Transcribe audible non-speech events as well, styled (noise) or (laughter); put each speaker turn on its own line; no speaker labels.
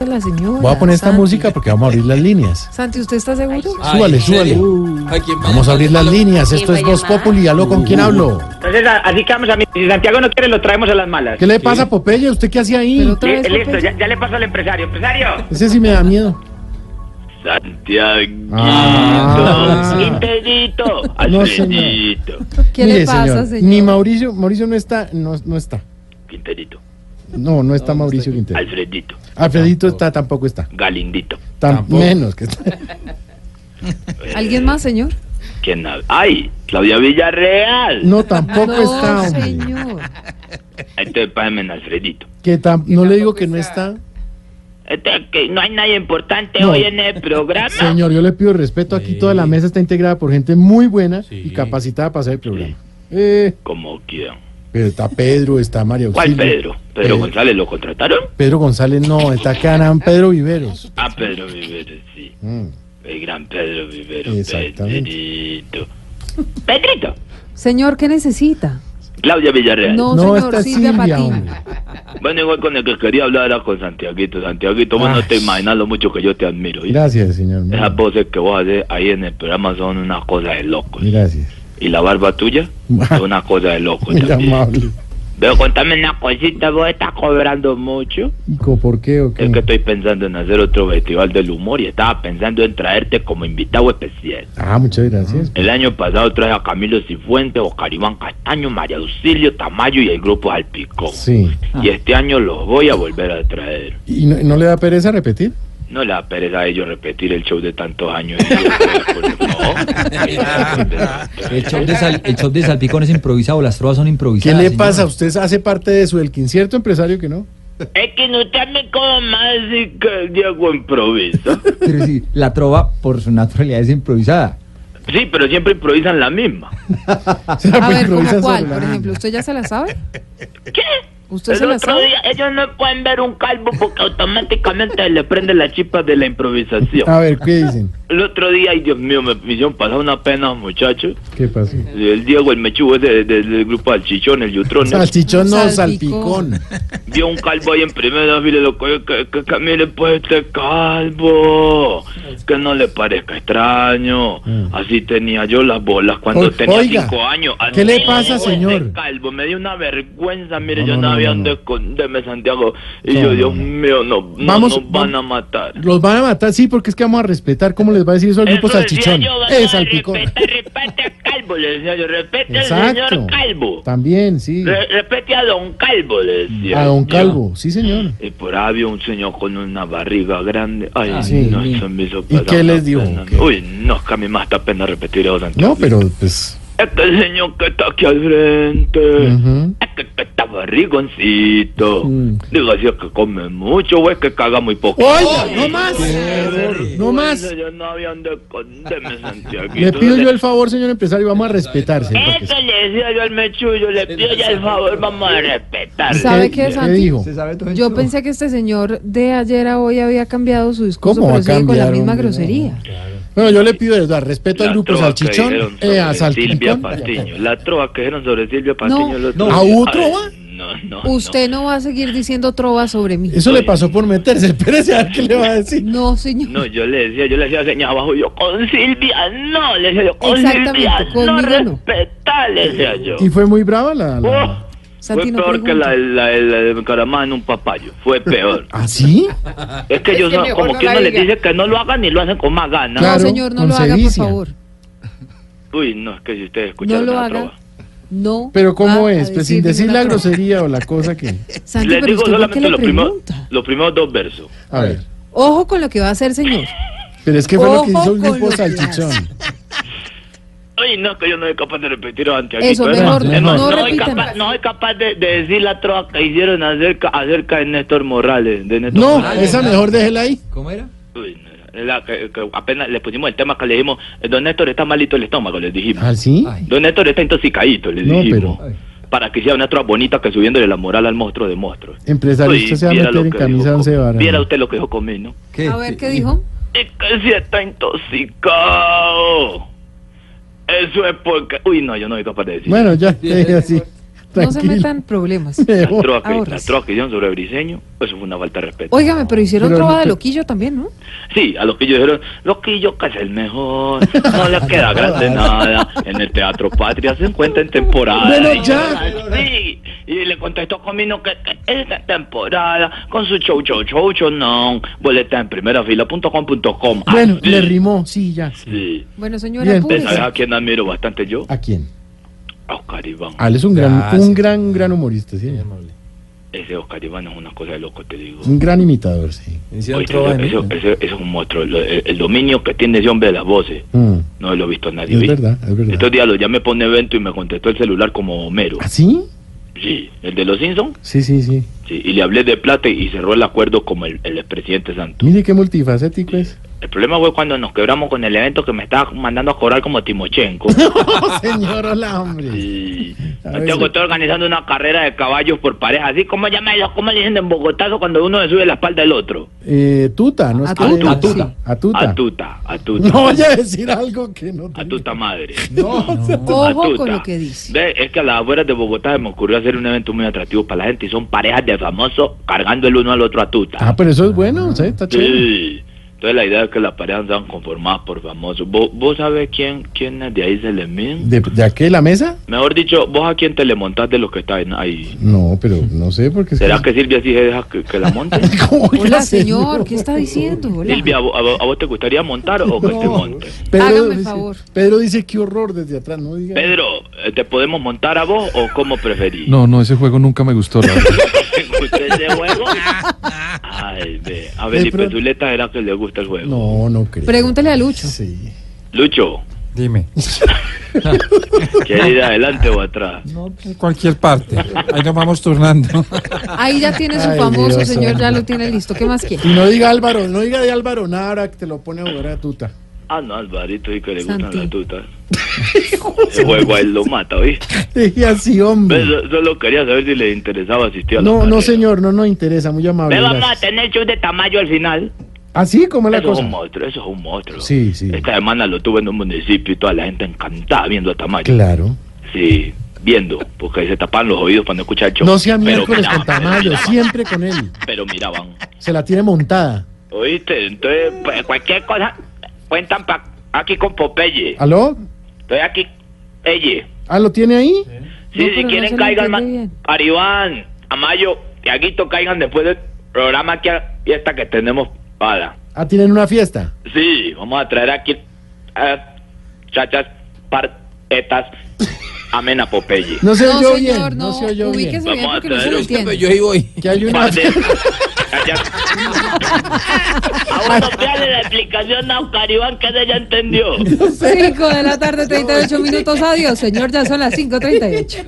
la señora.
Voy a poner esta
Santi.
música porque vamos a abrir las líneas.
Santi, ¿usted está seguro?
Ay,
Súbale,
¿en serio?
súbale.
¿A quién va a
Vamos a (laughs)
llamar?
abrir las líneas. Esto
va a
es Voz
llamar?
Populi. ¿Aló con quién hablo?
Entonces, a- así quedamos a mí. Si Santiago no quiere, lo traemos a las malas.
¿Qué le pasa a Popeye? ¿Usted qué hacía
Pero
ahí?
otra vez.
Li- listo,
Popeye.
ya, ya le paso al empresario. ¡Empresario!
Ese sí me da miedo.
Santiago,
Ah.
Quinterito,
No, señor.
Alfredito,
¿Qué
Mire,
le pasa, señor?
Ni Mauricio, Mauricio no está, no, no está.
Quinterito,
No, no está Mauricio Quintero.
Alfredito,
Alfredito está, tampoco está.
Galindito.
Tan
Tampoco.
menos que está.
¿Alguien más, señor?
¿Quién habla? ¡Ay! Claudia Villarreal.
Ah, No, tampoco
no,
está, hombre.
señor.
Entonces págame en Alfredito.
Que tam- no le digo que no está.
Este, que no hay nadie importante
No.
hoy en el programa.
Señor, yo le pido respeto. Aquí toda la mesa está integrada por gente muy buena y capacitada para hacer el programa. Eh,
¿Cómo quién?
pero está Pedro, está María
¿Cuál
Auxilio.
Pedro? ¿Pedro
Pues Eh,
González lo contrataron?
Pedro González no, está Canán Pedro Viveros.
Ah, Pedro Viveros, sí.
Mm.
El gran Pedro Viveros.
Exactamente.
Pedrito. Pedrito.
Señor, ¿qué necesita?
(laughs)
Claudia Villarreal.
No,
No,
señor,
está
Silvia,
Silvia,
Patiño.
hombre.
Bueno, igual con el que quería hablar era con Santiaguito. Santiaguito, vos
Ay.
no te imaginas lo mucho que yo te admiro. ¿oíste?
Gracias, señor.
Esas voces que vos haces ahí en el programa son una cosa de locos.
Gracias.
Y la barba tuya es una cosa de locos.
Muy
también.
amable.
Pero contame una cosita, vos estás cobrando mucho.
¿Y co- ¿Por qué o qué?
Es que estoy pensando en hacer otro festival del humor y estaba pensando en traerte como invitado especial.
Ah, muchas gracias.
El año pasado traje a Camilo Cifuentes, Oscar Iván Castaño, María Auxilio, Tamayo y el grupo Alpicón.
Sí.
Y este año los voy a volver a traer.
¿Y no, no le da pereza repetir?
No le da pereza a ellos repetir el show de tantos años. Y yo,
El show, de sal- el show de Salpicón es improvisado, las trovas son
¿Qué
improvisadas.
le
señora.
pasa? ¿Usted hace parte de su del quincierto empresario que no?
es que no me como más y que el Diego improvisa.
Pero sí, la trova por su naturalidad es improvisada.
Sí, pero siempre improvisan la misma.
(laughs)
A ver,
Improvisa
¿cómo cuál,
sobre la
por ejemplo?
banda.
¿Usted ya se la sabe?
¿Qué?
¿Usted se
el
la
otro
sabe?
día ellos no pueden ver un calvo porque automáticamente le prende la chispa de la improvisación.
A ver, ¿qué dicen?
El otro día, ay Dios mío, me hicieron pasar una pena, muchachos.
¿Qué pasó?
El Diego, el mechugo ese de- de- del grupo Alchichón, el Yutrón. ese.
Salchichón no,
Salpicón.
salpicón.
Vio un calvo ahí en primera fila y lo cogió, que, que, que mire pues este calvo, que no le parezca extraño.
Mm.
Así tenía yo las bolas cuando
O-
tenía
oiga,
cinco años. Así
¿qué le
me
pasa,
llegó este
señor?
calvo, me dio una vergüenza, mire,
No,
yo
no,
no,
no,
había
no,
dónde
no.
esconderme, Santiago. Y
No,
yo,
no,
Dios
no.
mío, no, no
Vamos-
nos van
vam-
a matar.
Los van a matar, sí, porque es que vamos a respetar. ¿Cómo les va a decir eso al grupo
Eso decía
salchichón?
yo,
Es
"Ay,
salpicón.
Respeta, respeta a Calvo, le decía yo, respeta al
Exacto.
señor Calvo.
También, sí.
Re- respete a Don Calvo, le decía.
A don
yo.
Calvo, sí, señor.
Y por ahí había un señor con una barriga grande. Ay,
Ah,
sí.
no, eso me hizo
¿Y
pasar
qué
una
les dijo?
pena.
¿Qué?
Uy, no, es que a mí más está pena repetir eso, Santiago.
No, pero pues.
Este señor que está aquí al frente.
ujú.
Este que está barrigoncito.
Mm.
Digo, si es que come mucho o es que caga muy poco.
¡Oiga! ¡No más! ¡No más!
Yo no había dónde esconderme, Santiago.
Le pido yo el favor, señor empresario, vamos a respetarse. porque-
Eso le decía yo al mechullo, le pido ya el favor, vamos a respetar.
¿Sabe qué, Santi?
dijo?
Se sabe todo el
Yo
show.
pensé que este señor de ayer a hoy había cambiado su discurso,
¿Cómo
pero
va a
sigue con la
cambiar,
misma
hombre?
grosería.
Bueno, yo le pido eso, al respeto al
La
grupo
trova
salchichón,
que dijeron
eh, a
sobre Silvia
salpicón.
Patiño. La trova que dijeron sobre Silvia Patiño. el otro
no. ¿A
día.
otro,
Ay,
va?
No, no.
Usted no va a seguir diciendo trovas sobre mí.
Eso le pasó por meterse. (laughs) Espérese a ver qué le va a decir.
No,
no.
señor.
No, yo le decía, yo le decía señas abajo, yo con Silvia, no, le decía yo con
Exactamente,
Silvia, no,
conmigo no.
respetá, le decía yo.
Y fue muy brava la.
Oh,
la...
Santi,
fue
no
peor que
pregunte.
la de la, la de Bucaramanga en un papayo, fue peor.
(laughs) ¿Ah, sí?
es que ellos
que
no-
mejor
como
no
que
la
uno les
diga.
dice que no lo hagan y lo hacen con más ganas.
No,
Claro,
señor, no
con
lo haga, por
sevicia.
favor.
Uy, no, es que si ustedes
No
escucharon
lo
la
haga.
trova.
No.
Pero ¿cómo
va a
es? Pues sin
ninguna
decir la
trova.
grosería o la cosa que.
Santi,
Les
pero
digo
usted, ¿por qué
solamente
le
los primeros,
pregunta?
los primeros dos versos.
A ver.
Ojo con lo que va a hacer, señor.
Pero es que fue lo
Ojo
que hizo
con
el grupo
lo que hace.
salchichón.
Ay, no, que yo no soy capaz de repetir antes.
Eso, mejor
no,
no,
no
soy
repitan.
capaz, no soy capaz de, de decir la trova que hicieron acerca, acerca de Néstor Morales. De Néstor
No,
Morales.
esa mejor déjela ahí.
¿Cómo era?
Uy, no, la que, que apenas le pusimos el tema que le dijimos, eh, don Néstor está malito el estómago, le dijimos.
¿Ah, sí?
Ay.
Don Néstor está intoxicadito, le
No,
dijimos.
pero-
Para que sea una trova bonita que subiéndole la moral al monstruo de monstruos.
Empresario,
Uy,
usted se va a
viera
meter
lo
en
que
camisa
dijo
once
Com-
varas.
Viera usted lo que dijo conmigo.
A ver, ¿qué dijo?
Es que si está intoxicado. Eso es porque... Uy, no, yo no soy capaz de decir.
Bueno, ya, te dije (laughs) así.
No se
Tranquilo.
metan en
(laughs)
problemas.
Me
Las
voy.
troques,
ahorras.
las troques hicieron sobre Briseño, eso fue una falta de respeto.
Óigame, pero hicieron
Pero
trova
no
de
te-
loquillo también, ¿no?
Sí, a los que yo dijeron, Loquillo que es el mejor, no le
(laughs)
queda grande nada, en el Teatro Patria se encuentra en temporada.
Bueno,
Y yo,
ya.
Sí, y le contestó Comino que, que esta temporada, con su show, show, show, show, no, boleta en primera fila.com.com.
Bueno, le rimó, sí, ya.
Ah, Sí.
Bueno, señora,
Bien,
¿Usted
apúrese.
sabe a quién admiro bastante yo?
¿A quién?
A Oscar Iván.
Ah, él es un gran,
Ah,
un
sí.
gran, gran humorista, sí.
Ese Oscar Iván es una cosa de loco, te digo.
Es un gran imitador, sí.
Oye,
Hicieron
eso,
trova en
eso-
ella.
eso- eso es un monstruo. lo- el, el dominio que tiene ese hombre de las voces,
Mm.
no lo he visto a nadie.
Es
¿viste?
verdad, es verdad.
Estos días lo llamé para un evento y me contestó el celular como Homero.
¿Ah, sí?
Sí, el de los Simpsons.
Sí, sí, sí.
Sí, y le hablé de plata y cerró el acuerdo como el, el expresidente Santos.
Mire qué multifacético (laughs) es.
El problema fue cuando nos quebramos con el evento que me estaba mandando a cobrar
(laughs)
como Timochenko.
¡Oh, señor, hola, hombre!
Y
A
Santiago
ver.
está organizando una carrera de caballos por pareja. Así como llama eso, como le dicen en Bogotazo cuando uno le sube la espalda al otro.
Eh, tuta, ¿no? es que-
Atuta,
Atuta.
sí.
Atuta.
Atuta, atuta.
No vaya a decir algo que no
A
tenía.
tuta madre.
Ojo con
Matuta.
lo que dice.
Ve, Es que a las afueras de Bogotá se me ocurrió hacer un evento muy atractivo para la gente y son parejas de famosos cargando el uno al otro a tuta.
Ah, pero eso es bueno, ¿sí? Está chévere.
Sí. Entonces la idea es que las parejas sean conformadas por famosos. ¿Vos, vos sabés quién, quién es de ahí Celemín?
¿De, ¿De aquí la mesa?
Mejor dicho, vos a quién te le montás de los que están ahí.
No, pero no sé, porque... es
¿Será que Silvia sí se deja que, que la monte?
(laughs) ¿Cómo que
Hola,
la
señor, ¿qué está diciendo? Hola.
Silvia, ¿a, vo- a, vo- a vos te gustaría montar o que te monte?
Hágame el
dice,
favor.
Pedro dice, qué horror desde atrás, no diga...
Pedro, eh, ¿te podemos montar a vos o como preferís?
No, no, ese juego nunca me gustó. la verdad.
(laughs) ¿Usted ese juego? Ay, ve. A
De
Felipe
pronto-
Zuleta era que le gusta el juego.
No, no creo.
Pregúntale a Lucho.
Sí.
Lucho, (laughs)
Dime,
¿quieres ir adelante o atrás?
en cualquier parte. Ahí nos vamos turnando.
Ahí ya tiene su
Ay,
famoso,
Dios
señor, ya
santo.
lo tiene listo. ¿Qué más quiere?
Y no diga Álvaro, no diga de Álvaro nada ahora que te lo pone a jugar a tuta. (laughs)
Ah, no, Alvarito, y que le
Santi.
gustan las tutas. Ese juego a él lo mata, ¿viste?
Dije así, hombre.
Solo quería saber si le interesaba asistir a la
No, no,
carrera.
señor, no nos interesa, muy amable.
Ve, vamos a
gracias.
tener show de tamaño al final.
Así como es la
Eso es
cosa.
un monstruo, eso es un monstruo.
Sí, sí.
Esta semana lo tuve en un municipio y toda la gente encantada viendo a Tamayo.
Claro.
Sí, viendo, porque se tapan los oídos cuando escuchan el show.
No sea
Pero
miércoles
miraban,
con Tamayo,
pero miraban,
siempre con él.
Pero miraban.
Se la tiene montada.
Oíste, entonces pues, cualquier cosa cuentan pa aquí con Popeye.
¿Aló?
Estoy aquí, Popeye.
¿Ah, lo tiene ahí?
No, pero
Sí, si
no se
quieren
le
caigan más.
entiende bien.
Aribán, Amayo, Tiaguito caigan después del programa que y esta que tenemos para.
Ah, tienen una fiesta.
Sí, vamos a traer aquí eh, a chachas partetas. Amén
(laughs)
a Popeye.
No se oyó
No, señor,
bien. No,
no.
se oyó bien.
Ubíquese bien
Vamos a
porque no se
traer
le
un-
entiende.
Yo ahí voy.
Que hay una
Parte-
(laughs)
(laughs) Chachas. A uno pídale la explicación a Oscar Iván que ella ya entendió. (laughs)
5 de la tarde, 38 minutos. Adiós, señor. Ya son las 5.38.